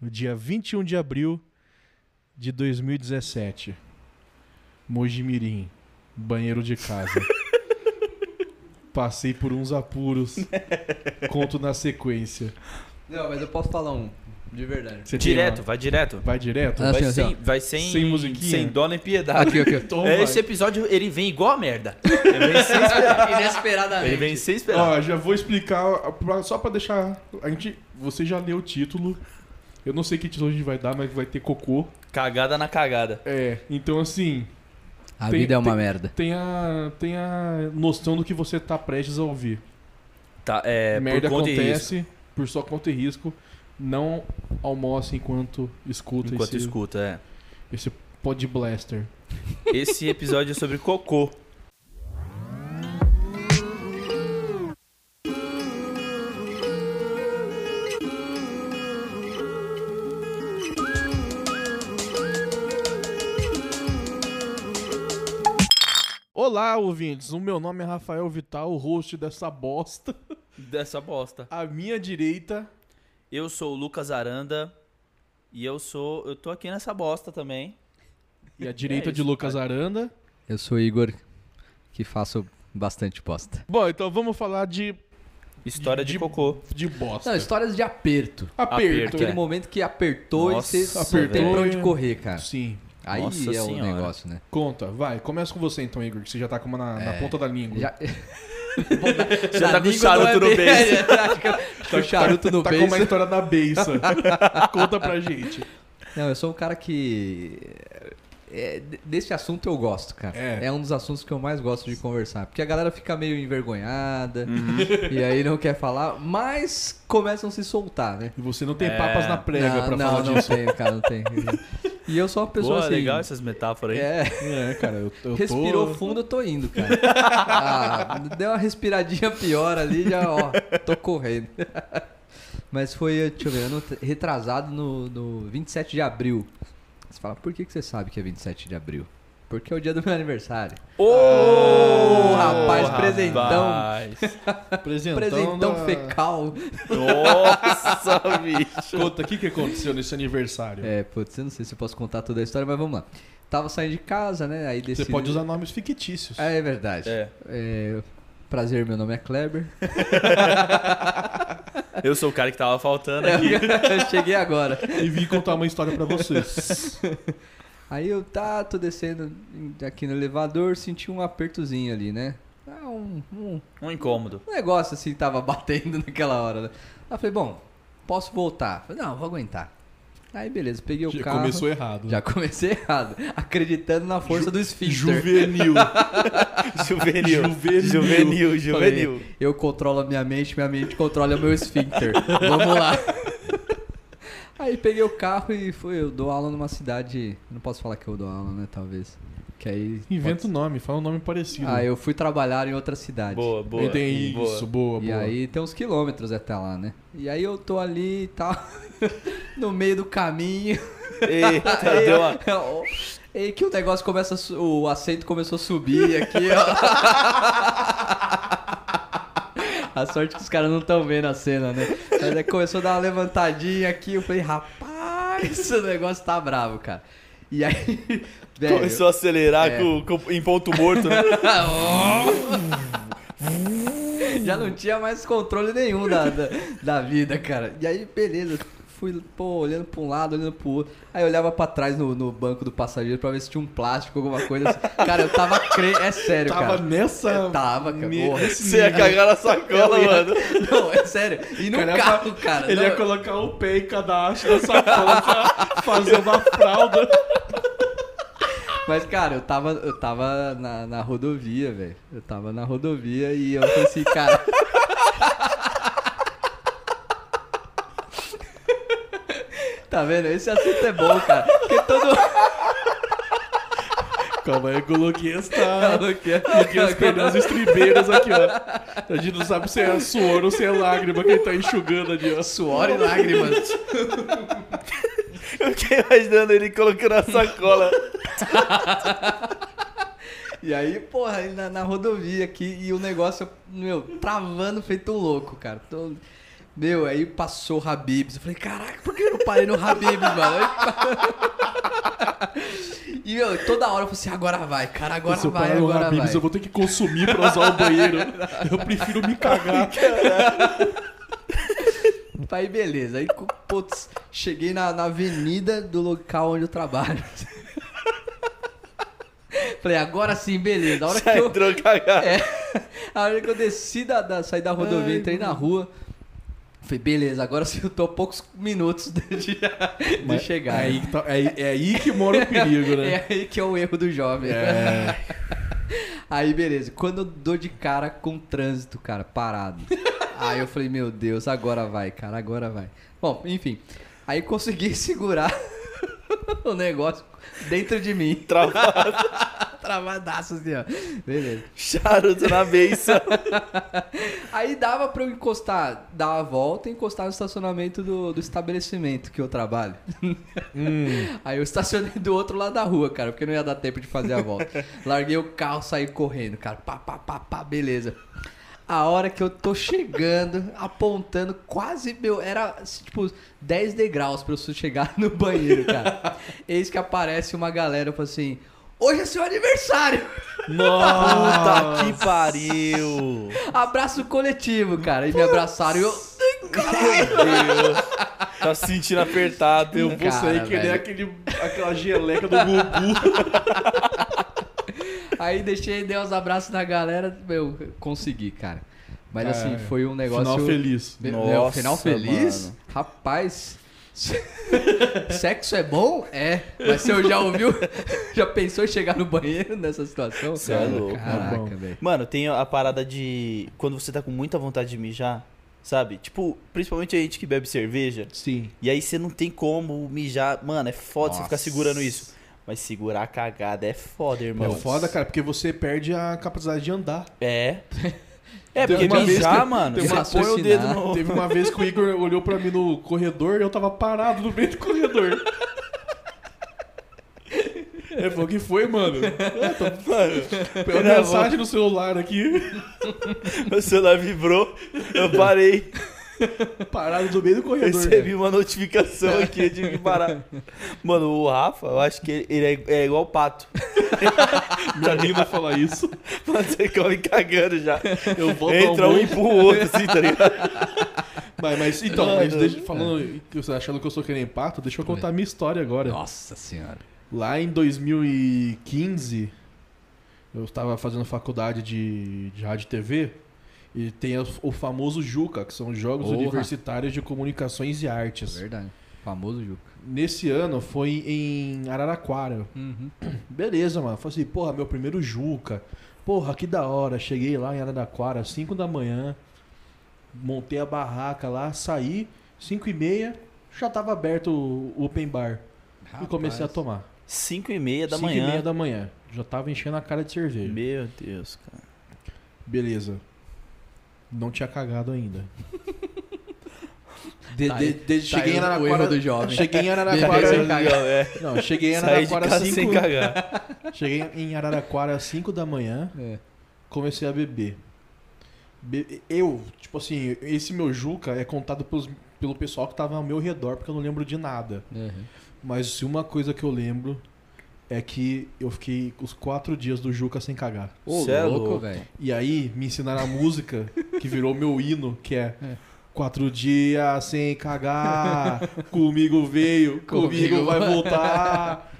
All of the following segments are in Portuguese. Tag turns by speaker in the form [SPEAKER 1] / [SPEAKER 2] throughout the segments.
[SPEAKER 1] no dia 21 de abril de 2017. Mojimirim, banheiro de casa. Passei por uns apuros. Conto na sequência.
[SPEAKER 2] Não, mas eu posso falar um, de verdade.
[SPEAKER 1] Você tem
[SPEAKER 3] Direto, É.
[SPEAKER 1] uma-
[SPEAKER 3] vai direto.
[SPEAKER 1] Vai direto?
[SPEAKER 2] Ah,
[SPEAKER 3] Vai
[SPEAKER 2] assim,
[SPEAKER 3] sem,
[SPEAKER 2] ó.
[SPEAKER 3] vai sem,
[SPEAKER 1] Sem musiquinha?
[SPEAKER 3] sem dó nem piedade.
[SPEAKER 2] Tá, Aqui, aqui.
[SPEAKER 1] Então vai.
[SPEAKER 3] É, Esse episódio, ele vem igual a merda. Ele vem sem esperar.
[SPEAKER 2] Inesperadamente.
[SPEAKER 3] Ele vem sem esperar.
[SPEAKER 1] Ó, já vou explicar, pra- só pra deixar. A gente, você já leu o título. Eu não sei que título a gente vai dar, mas vai ter cocô.
[SPEAKER 3] Cagada na cagada.
[SPEAKER 1] É, então assim,
[SPEAKER 2] A
[SPEAKER 1] Tem-
[SPEAKER 2] vida é uma
[SPEAKER 1] tem-
[SPEAKER 2] merda.
[SPEAKER 1] tenha, tenha noção do que você tá prestes a ouvir.
[SPEAKER 3] Tá, é,
[SPEAKER 1] Merda
[SPEAKER 3] por conta e risco,
[SPEAKER 1] acontece, por sua conta e risco. Não almoce enquanto escuta
[SPEAKER 3] Enquanto
[SPEAKER 1] esse,
[SPEAKER 3] escuta, é.
[SPEAKER 1] esse pod blaster.
[SPEAKER 3] Esse episódio é sobre cocô.
[SPEAKER 1] Olá, ouvintes. O meu nome é Rafael Vital, o host dessa bosta.
[SPEAKER 3] Dessa bosta.
[SPEAKER 1] À minha direita,
[SPEAKER 3] Eu sou o Lucas Aranda. E eu sou. Eu tô aqui nessa bosta também.
[SPEAKER 1] e à direita
[SPEAKER 3] É
[SPEAKER 1] de
[SPEAKER 3] isso,
[SPEAKER 1] Lucas Aranda.
[SPEAKER 2] Eu sou o Igor, que faço bastante bosta.
[SPEAKER 1] Bom, então vamos falar de,
[SPEAKER 3] História de,
[SPEAKER 1] De-
[SPEAKER 3] cocô.
[SPEAKER 1] de bosta.
[SPEAKER 2] Não, histórias de aperto.
[SPEAKER 1] Aperto.
[SPEAKER 3] Aperto,
[SPEAKER 2] Aquele
[SPEAKER 3] É.
[SPEAKER 2] momento que apertou
[SPEAKER 3] Nossa,
[SPEAKER 2] e você não tem
[SPEAKER 1] velho.
[SPEAKER 2] pra onde correr, cara.
[SPEAKER 1] Sim.
[SPEAKER 2] Aí
[SPEAKER 3] Nossa
[SPEAKER 2] é o
[SPEAKER 3] senhora.
[SPEAKER 2] negócio, né?
[SPEAKER 1] Conta, vai. Começa com você então, Igor, que você já tá com uma na, na
[SPEAKER 3] É,
[SPEAKER 1] ponta da língua.
[SPEAKER 2] Já...
[SPEAKER 3] Já tá com o
[SPEAKER 2] língua não
[SPEAKER 3] charuto
[SPEAKER 2] é
[SPEAKER 3] no
[SPEAKER 2] bem-
[SPEAKER 3] beijo.
[SPEAKER 2] tá com o charuto no
[SPEAKER 1] tá com uma
[SPEAKER 2] beijo.
[SPEAKER 1] história da beiça. Conta pra gente.
[SPEAKER 2] Não, eu sou um cara que. é, de- desse assunto eu gosto, cara.
[SPEAKER 1] É.
[SPEAKER 2] um dos assuntos que eu mais gosto de conversar. Porque a galera fica meio envergonhada e aí não quer falar, mas começam a se soltar, né?
[SPEAKER 1] E você não
[SPEAKER 3] É,
[SPEAKER 1] tem papas na prega
[SPEAKER 2] não,
[SPEAKER 1] pra
[SPEAKER 2] não,
[SPEAKER 1] falar
[SPEAKER 2] não
[SPEAKER 1] disso.
[SPEAKER 2] tenho, cara, não tenho. E eu sou uma pessoa
[SPEAKER 3] Pô,
[SPEAKER 2] assim.
[SPEAKER 3] legal essas metáforas aí.
[SPEAKER 2] é,
[SPEAKER 1] É, cara, eu, eu
[SPEAKER 2] respirou
[SPEAKER 1] tô...
[SPEAKER 2] fundo, eu tô indo, cara. Ah, deu uma respiradinha pior ali, já, ó, tô correndo. Mas foi, deixa eu ver, ano retrasado no, no 27 de abril. Você fala, por que, que você sabe que é 27 de abril? Porque é o dia do meu aniversário.
[SPEAKER 3] Ô,
[SPEAKER 2] rapaz, presentão.
[SPEAKER 3] rapaz.
[SPEAKER 1] Presentão,
[SPEAKER 2] Presentão
[SPEAKER 1] da-
[SPEAKER 2] fecal.
[SPEAKER 3] Nossa, bicho.
[SPEAKER 1] Conta, o que, que aconteceu nesse aniversário?
[SPEAKER 2] É, putz, eu não sei se eu posso contar toda a história, mas vamos lá. Tava saindo de casa, né? Aí
[SPEAKER 1] Você
[SPEAKER 2] decidi...
[SPEAKER 1] pode usar nomes fictícios.
[SPEAKER 2] É, é verdade.
[SPEAKER 3] É,
[SPEAKER 2] É, prazer, meu nome é Kleber.
[SPEAKER 3] eu sou o cara que tava faltando aqui.
[SPEAKER 2] Cheguei agora.
[SPEAKER 1] E vim contar uma história pra vocês.
[SPEAKER 2] Aí eu tá, tô descendo aqui no elevador, senti um apertozinho ali, né? Ah, um, um
[SPEAKER 3] Um incômodo.
[SPEAKER 2] negócio assim tava batendo naquela hora, né? Aí eu falei, bom, posso voltar? Falei, não, vou aguentar. Aí beleza, peguei o
[SPEAKER 1] Já
[SPEAKER 2] carro.
[SPEAKER 1] começou errado.
[SPEAKER 2] Já comecei errado, acreditando na força do esfíncter.
[SPEAKER 1] Juvenil.
[SPEAKER 3] Juvenil.
[SPEAKER 1] Juvenil.
[SPEAKER 3] Juvenil, juvenil.
[SPEAKER 2] Falei, eu controlo a minha mente, minha mente controla o meu esfíncter. Vamos lá. Aí peguei o carro e fui, eu dou aula numa cidade, não posso falar que eu dou aula, né, talvez. Que aí
[SPEAKER 1] Inventa o nome, fala um nome parecido.
[SPEAKER 2] Ah, eu fui trabalhar em outra cidade.
[SPEAKER 3] Boa, boa.
[SPEAKER 1] Ele tem
[SPEAKER 3] boa.
[SPEAKER 1] isso, boa,
[SPEAKER 2] E
[SPEAKER 1] boa.
[SPEAKER 2] aí tem uns quilômetros até lá, né? E aí eu tô ali e tal, no meio do caminho.
[SPEAKER 3] Eita, deu uma...
[SPEAKER 2] E que o negócio começa, a su- o acento começou a subir aqui, ó. A sorte que os caras não estão vendo a cena, né? Mas aí começou a dar uma levantadinha aqui, eu falei, rapaz, o negócio tá bravo, cara. E aí, velho,
[SPEAKER 3] Começou a acelerar
[SPEAKER 2] É.
[SPEAKER 3] com- com- em ponto morto, né?
[SPEAKER 2] Já não tinha mais controle nenhum da, da, da vida, cara. E aí, beleza, fui, pô, olhando pra um lado, olhando pro outro. Aí eu olhava pra trás no, no banco do passageiro pra ver se tinha um plástico, alguma coisa assim. Cara, eu tava cre... É sério,
[SPEAKER 1] Tava
[SPEAKER 2] cara.
[SPEAKER 1] nessa.
[SPEAKER 2] Tava, cara.
[SPEAKER 1] Me-
[SPEAKER 2] Porra.
[SPEAKER 3] Você ia cagar na sacola,
[SPEAKER 2] Eu ia-
[SPEAKER 3] mano.
[SPEAKER 2] Não, é sério. E no
[SPEAKER 1] Cara, ia
[SPEAKER 2] carro,
[SPEAKER 1] fa-
[SPEAKER 2] cara.
[SPEAKER 1] Ele
[SPEAKER 2] não,
[SPEAKER 1] ia colocar o pé em cada haste da sacola pra fazer uma fralda.
[SPEAKER 2] Mas, cara, eu tava, eu tava na, na rodovia, velho. Eu tava na rodovia e eu pensei, cara. tá vendo? Esse assunto é bom, cara. Porque todo
[SPEAKER 1] Calma aí, tá eu coloquei esta.
[SPEAKER 2] mundo quer.
[SPEAKER 1] Coloquei as pernas estribeiras aqui, ó. A gente não sabe se é suor ou se é lágrima que ele tá enxugando ali, ó.
[SPEAKER 2] Suor e lágrimas.
[SPEAKER 3] Eu fiquei imaginando ele colocando a sacola.
[SPEAKER 2] E aí, porra, aí na, na rodovia aqui e o negócio, meu, travando feito um louco, cara. Tô- Meu, aí passou o Habibs. Eu falei, caraca, por que eu não parei no Habibs, mano? Aí- e eu, toda hora eu falei assim, agora vai, cara, agora
[SPEAKER 1] Se eu
[SPEAKER 2] vai,
[SPEAKER 1] parar no
[SPEAKER 2] agora vai.
[SPEAKER 1] Habib's, um eu vou ter que consumir pra usar o banheiro. Eu prefiro me cagar.
[SPEAKER 2] Aí beleza, aí co- putz, cheguei na, na avenida do local onde eu trabalho. Falei, agora sim, beleza. A hora que eu,
[SPEAKER 3] Entrou cagado.
[SPEAKER 2] É. A hora que eu desci da, da- saí da rodovia,
[SPEAKER 1] Ai,
[SPEAKER 2] entrei na rua. Falei, beleza, agora sim eu tô a poucos minutos de, de- de
[SPEAKER 1] Mas
[SPEAKER 2] chegar. né?
[SPEAKER 1] É aí, que tá- é- é aí que mora o perigo, né?
[SPEAKER 2] É aí que é o erro do jovem.
[SPEAKER 1] É.
[SPEAKER 2] Aí, beleza. Quando eu dou de cara com o trânsito, cara, parado. aí eu falei, meu Deus, agora vai, cara, agora vai. Bom, enfim. Aí consegui segurar o negócio dentro de mim.
[SPEAKER 3] Travado.
[SPEAKER 2] Travadaço assim, ó. Beleza.
[SPEAKER 3] Charuto na beça.
[SPEAKER 2] Aí dava pra eu encostar, dar a volta e encostar no estacionamento do, do estabelecimento que eu trabalho. Aí eu estacionei do outro lado da rua, cara, porque não ia dar tempo de fazer a volta. Larguei o carro, saí correndo, cara. Pá, pá, pá, pá, beleza. A hora que eu tô chegando, apontando quase, meu, era tipo 10 degraus pra eu chegar no banheiro, cara. Eis que aparece uma galera, eu falo assim, hoje é seu aniversário!
[SPEAKER 3] Nossa, que pariu.
[SPEAKER 2] Abraço coletivo, cara. E me abraçaram e eu...
[SPEAKER 3] Meu Deus. Tá se sentindo apertado.
[SPEAKER 1] Eu vou
[SPEAKER 2] Cara,
[SPEAKER 1] sair que nem
[SPEAKER 2] velho.
[SPEAKER 1] aquele, aquela geleca do Gugu.
[SPEAKER 2] Aí deixei, dei uns abraços na galera, meu, consegui, cara. Mas
[SPEAKER 1] Cara,
[SPEAKER 2] assim, foi um negócio.
[SPEAKER 1] Final feliz.
[SPEAKER 2] Be-
[SPEAKER 3] Nossa,
[SPEAKER 2] meu, final feliz?
[SPEAKER 3] mano.
[SPEAKER 2] Rapaz. se- Sexo é bom? É. Mas você já ouviu? Já pensou em chegar no banheiro nessa situação?
[SPEAKER 3] Cê é louco,
[SPEAKER 1] tá bom.
[SPEAKER 2] Caraca, velho.
[SPEAKER 3] Mano, tem a parada de. Quando você tá com muita vontade de mijar, sabe? Tipo, principalmente a gente que bebe cerveja.
[SPEAKER 1] Sim.
[SPEAKER 3] E aí você não tem como mijar. Mano, é foda você ficar
[SPEAKER 1] Nossa.
[SPEAKER 3] segurando isso. Mas segurar a cagada é foda, irmão.
[SPEAKER 1] É foda, cara, porque você perde a capacidade de andar.
[SPEAKER 3] É. É,
[SPEAKER 1] Tem
[SPEAKER 3] porque
[SPEAKER 1] uma vez
[SPEAKER 3] mijar,
[SPEAKER 1] que-
[SPEAKER 3] mano,
[SPEAKER 2] tem uma-
[SPEAKER 3] você põe o dedo
[SPEAKER 2] raciocinar,
[SPEAKER 3] no.
[SPEAKER 1] Teve uma vez que o Igor olhou pra mim no corredor e eu tava parado no meio do corredor. É, falou, o que foi, mano? É, tô- Pela
[SPEAKER 3] Era
[SPEAKER 1] mensagem no celular aqui,
[SPEAKER 3] Meu celular vibrou, eu parei,
[SPEAKER 1] parado no meio do corredor.
[SPEAKER 3] recebi uma notificação aqui, eu tive que parar. Mano, o Rafa, eu acho que ele, ele é, é igual o pato.
[SPEAKER 1] Minha linda falar isso.
[SPEAKER 3] Você come cagando já.
[SPEAKER 1] Eu volto
[SPEAKER 3] Entra
[SPEAKER 1] ao
[SPEAKER 3] um
[SPEAKER 1] mundo.
[SPEAKER 3] e empurra o outro, assim, tá ligado?
[SPEAKER 1] Mas, mas, então,
[SPEAKER 3] Mano.
[SPEAKER 1] mas deixa, falando, que você achando que eu sou que nem pato, deixa eu contar a minha história agora.
[SPEAKER 2] Nossa senhora. é
[SPEAKER 1] Lá em 2015, eu estava fazendo faculdade de, de rádio e TV e tem o, o famoso Juca, que são Jogos
[SPEAKER 2] Porra.
[SPEAKER 1] Universitários de Comunicações e Artes.
[SPEAKER 2] Verdade. Famoso Juca.
[SPEAKER 1] Nesse ano foi em Araraquara. Beleza, mano. Falei assim, porra, meu primeiro Juca. Porra, que da hora. Cheguei lá em Araraquara, 5 da manhã. Montei a barraca lá, saí, 5 e meia, já tava aberto o open bar. E comecei a tomar.
[SPEAKER 3] 5 e meia da
[SPEAKER 1] Cinco
[SPEAKER 3] manhã.
[SPEAKER 1] e meia da manhã. Já tava enchendo a cara de cerveja.
[SPEAKER 3] Meu Deus, cara.
[SPEAKER 1] Beleza. Não tinha cagado ainda.
[SPEAKER 2] De,
[SPEAKER 1] Tá
[SPEAKER 2] de,
[SPEAKER 1] aí-
[SPEAKER 2] de,
[SPEAKER 1] tá aí
[SPEAKER 2] cheguei
[SPEAKER 1] o-
[SPEAKER 2] na
[SPEAKER 1] o
[SPEAKER 2] Araraquara
[SPEAKER 1] erro
[SPEAKER 2] do jovem.
[SPEAKER 1] Cheguei em
[SPEAKER 2] Bebeu sem
[SPEAKER 1] Araraquara.
[SPEAKER 2] cagar.
[SPEAKER 3] É,
[SPEAKER 1] Não, cheguei em
[SPEAKER 3] saí de
[SPEAKER 1] Araraquara
[SPEAKER 3] casa sem
[SPEAKER 1] 5.
[SPEAKER 3] cagar.
[SPEAKER 1] Cheguei em Araraquara 5 da manhã,
[SPEAKER 2] É.
[SPEAKER 1] comecei a beber. Be- eu, tipo assim, esse meu Juca é contado pelos- pelo pessoal que tava ao meu redor, porque eu não lembro de nada. Mas se uma coisa que eu lembro é que eu fiquei os quatro dias do Juca sem cagar.
[SPEAKER 2] Ô,
[SPEAKER 3] Cê é
[SPEAKER 2] louco,
[SPEAKER 3] louco.
[SPEAKER 2] velho.
[SPEAKER 1] E aí me ensinaram a música que virou meu hino, que é. Quatro dias sem cagar, comigo veio, comigo
[SPEAKER 2] Comigo
[SPEAKER 1] vai voltar.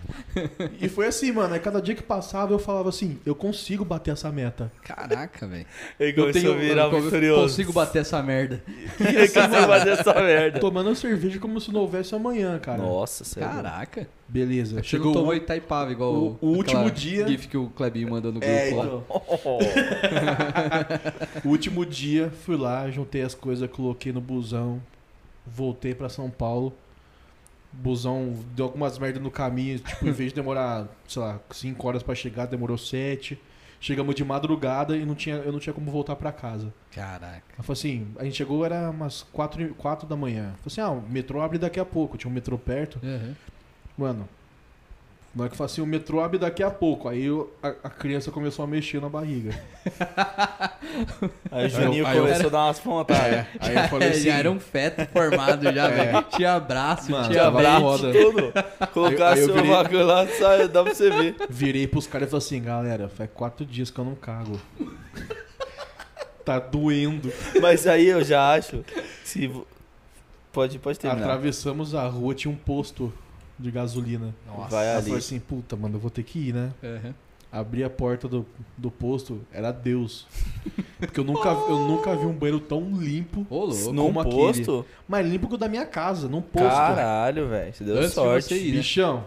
[SPEAKER 1] E foi assim, mano. Aí cada dia que passava eu falava assim: eu consigo bater essa meta.
[SPEAKER 2] Caraca, velho.
[SPEAKER 3] Ele começou a virar
[SPEAKER 2] eu
[SPEAKER 3] vitorioso.
[SPEAKER 2] consigo bater essa merda.
[SPEAKER 3] Ele conseguiu fazer essa merda.
[SPEAKER 1] Tomando cerveja como se não houvesse amanhã, cara.
[SPEAKER 3] Nossa, sério.
[SPEAKER 2] Caraca.
[SPEAKER 1] Beleza.
[SPEAKER 2] Chegou
[SPEAKER 1] Chegou
[SPEAKER 2] É, tomou
[SPEAKER 1] o...
[SPEAKER 2] Itaipava, igual
[SPEAKER 1] o- o último
[SPEAKER 2] aquela
[SPEAKER 1] dia-
[SPEAKER 2] GIF que o Clebinho mandou no grupo
[SPEAKER 1] É,
[SPEAKER 2] lá.
[SPEAKER 1] então.
[SPEAKER 3] Oh,
[SPEAKER 1] o último dia, fui lá, juntei as coisas, coloquei no busão, voltei pra São Paulo. Busão deu algumas merdas no caminho, tipo, em vez de demorar, sei lá, 5 horas pra chegar, demorou 7. Chegamos de madrugada e não tinha, eu não tinha como voltar pra casa.
[SPEAKER 2] Caraca.
[SPEAKER 1] Ela falou assim, a gente chegou, era umas 4, quatro da manhã. Falei assim, ah, o metrô abre daqui a pouco, tinha um metrô perto. Mano, Na hora que eu falei assim, o metrô abre daqui a pouco. Aí eu- a, a criança começou a mexer na barriga.
[SPEAKER 3] Aí É. o Juninho
[SPEAKER 1] aí eu-
[SPEAKER 3] começou a dar umas pontadas.
[SPEAKER 1] Aí eu falei assim.
[SPEAKER 2] já era um feto formado já,
[SPEAKER 1] É.
[SPEAKER 2] velho. Tinha braço,
[SPEAKER 1] Mano,
[SPEAKER 2] tinha
[SPEAKER 1] tava na
[SPEAKER 2] braço.
[SPEAKER 1] roda.
[SPEAKER 3] Tudo. Colocar
[SPEAKER 1] Aí- aí eu
[SPEAKER 3] seu
[SPEAKER 1] virei-
[SPEAKER 3] bagulho lá, sai, dá pra você ver.
[SPEAKER 1] Virei pros caras e falei assim, galera, faz quatro dias que eu não cago. tá doendo.
[SPEAKER 3] Mas aí eu já acho. Se... vo- Pode, pode terminar.
[SPEAKER 1] Atravessamos a rua, tinha um posto de gasolina.
[SPEAKER 2] Nossa.
[SPEAKER 3] Vai
[SPEAKER 1] Aí eu
[SPEAKER 3] ali.
[SPEAKER 1] falei assim, puta, mano, eu vou ter que ir, né?
[SPEAKER 2] Uhum.
[SPEAKER 1] Abri a porta do, do posto, era Deus. Porque eu nunca, eu nunca vi um banheiro tão limpo.
[SPEAKER 2] Ô, louco.
[SPEAKER 3] Num
[SPEAKER 1] como aquele.
[SPEAKER 3] posto?
[SPEAKER 1] Mas limpo que o da minha casa, num posto.
[SPEAKER 3] Caralho, velho. Você deu
[SPEAKER 2] Antes de
[SPEAKER 3] sorte.
[SPEAKER 2] você ir, né?
[SPEAKER 1] Bichão.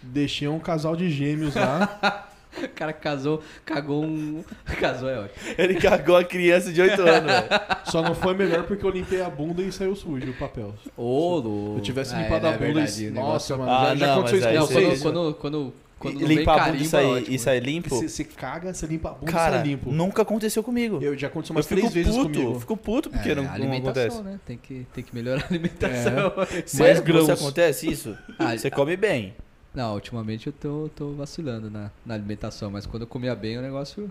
[SPEAKER 1] Deixei um casal de gêmeos lá.
[SPEAKER 2] O cara casou, cagou um. Casou é ótimo.
[SPEAKER 3] Ele cagou a criança de 8 anos, velho.
[SPEAKER 1] Só não foi melhor porque eu limpei a bunda e saiu sujo o papel.
[SPEAKER 2] Ô, louco.
[SPEAKER 1] Se eu tivesse
[SPEAKER 2] Ah, é,
[SPEAKER 1] limpado
[SPEAKER 2] né,
[SPEAKER 1] a bunda
[SPEAKER 2] verdade,
[SPEAKER 1] e.
[SPEAKER 2] o
[SPEAKER 1] Nossa,
[SPEAKER 2] negócio- é
[SPEAKER 1] mano,
[SPEAKER 3] Ah,
[SPEAKER 1] já, já
[SPEAKER 3] não,
[SPEAKER 1] aconteceu
[SPEAKER 3] mas
[SPEAKER 1] isso
[SPEAKER 3] aí
[SPEAKER 1] com
[SPEAKER 2] Não,
[SPEAKER 3] você-
[SPEAKER 1] vocês?
[SPEAKER 2] quando, quando, quando, quando não vem
[SPEAKER 3] limpar a bunda
[SPEAKER 2] carimbo,
[SPEAKER 3] e
[SPEAKER 2] é
[SPEAKER 3] sair,
[SPEAKER 2] ótimo.
[SPEAKER 3] e sair limpo?
[SPEAKER 1] Você, você caga, você limpa a bunda e
[SPEAKER 3] Cara,
[SPEAKER 1] sai limpo.
[SPEAKER 3] nunca aconteceu comigo.
[SPEAKER 1] Eu já aconteceu
[SPEAKER 3] Mas
[SPEAKER 1] umas
[SPEAKER 3] eu fico
[SPEAKER 1] três vezes
[SPEAKER 3] puto,
[SPEAKER 1] comigo.
[SPEAKER 3] fico puto porque
[SPEAKER 2] É,
[SPEAKER 3] não, não acontece.
[SPEAKER 2] alimentação,
[SPEAKER 1] É.
[SPEAKER 2] né? Tem que, tem que melhorar a alimentação.
[SPEAKER 3] Sério,
[SPEAKER 1] grãos.
[SPEAKER 3] você acontece isso?
[SPEAKER 2] Ah,
[SPEAKER 3] Você come bem.
[SPEAKER 2] Não, ultimamente eu tô, tô vacilando na, na alimentação, mas quando eu comia bem o negócio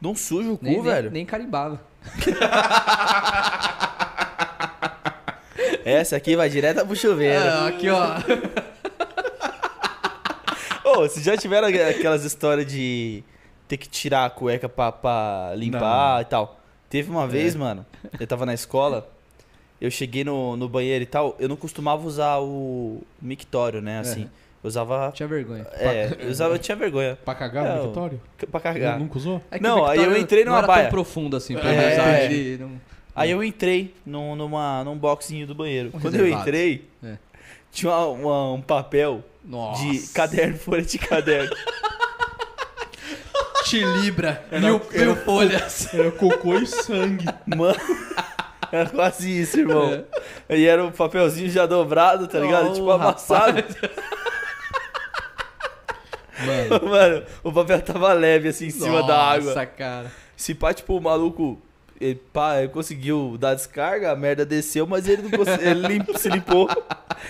[SPEAKER 3] Não suja o cu,
[SPEAKER 2] nem, nem-
[SPEAKER 3] velho.
[SPEAKER 2] nem carimbava.
[SPEAKER 3] Essa aqui vai direto pro chuveiro.
[SPEAKER 2] Ah, aqui, ó.
[SPEAKER 3] Ô, vocês já tiveram aquelas histórias de ter que tirar a cueca pra, pra limpar e tal? Teve uma
[SPEAKER 1] É.
[SPEAKER 3] vez, mano, eu tava na escola, eu cheguei no, no banheiro e tal, eu não costumava usar o mictório, né,
[SPEAKER 1] É.
[SPEAKER 3] assim. Eu usava...
[SPEAKER 2] Tinha vergonha.
[SPEAKER 3] É, eu, usava, eu tinha vergonha
[SPEAKER 1] Pra cagar
[SPEAKER 3] Não.
[SPEAKER 1] no Vitório?
[SPEAKER 3] pra carregar.
[SPEAKER 1] Nunca usou?
[SPEAKER 2] É que
[SPEAKER 3] Não,
[SPEAKER 2] o Victor
[SPEAKER 3] aí eu entrei numa
[SPEAKER 2] não era
[SPEAKER 3] baia.
[SPEAKER 2] tão profundo assim, pra
[SPEAKER 3] É.
[SPEAKER 2] usar
[SPEAKER 3] É.
[SPEAKER 2] ele. Não...
[SPEAKER 3] Aí eu entrei num, numa, num boxinho do banheiro.
[SPEAKER 2] Um
[SPEAKER 3] Quando eu
[SPEAKER 2] reservado.
[SPEAKER 3] entrei,
[SPEAKER 2] É.
[SPEAKER 3] tinha uma- uma- um papel
[SPEAKER 2] Nossa.
[SPEAKER 3] de caderno, folha de caderno.
[SPEAKER 2] Te libra,
[SPEAKER 1] Era-
[SPEAKER 2] mil,
[SPEAKER 1] era-
[SPEAKER 2] mil folhas. É.
[SPEAKER 1] Era cocô e sangue.
[SPEAKER 3] Mano, era quase isso, irmão.
[SPEAKER 2] É.
[SPEAKER 3] E era um papelzinho já dobrado, tá ligado?
[SPEAKER 2] Oh,
[SPEAKER 3] tipo amassado.
[SPEAKER 2] Mano,
[SPEAKER 3] Mano, o papel tava leve assim em cima
[SPEAKER 2] nossa,
[SPEAKER 3] da água.
[SPEAKER 2] cara.
[SPEAKER 3] Se pá, tipo, o maluco. Ele, pá, ele conseguiu dar descarga, a merda desceu, mas ele, não cons- ele lim- se limpou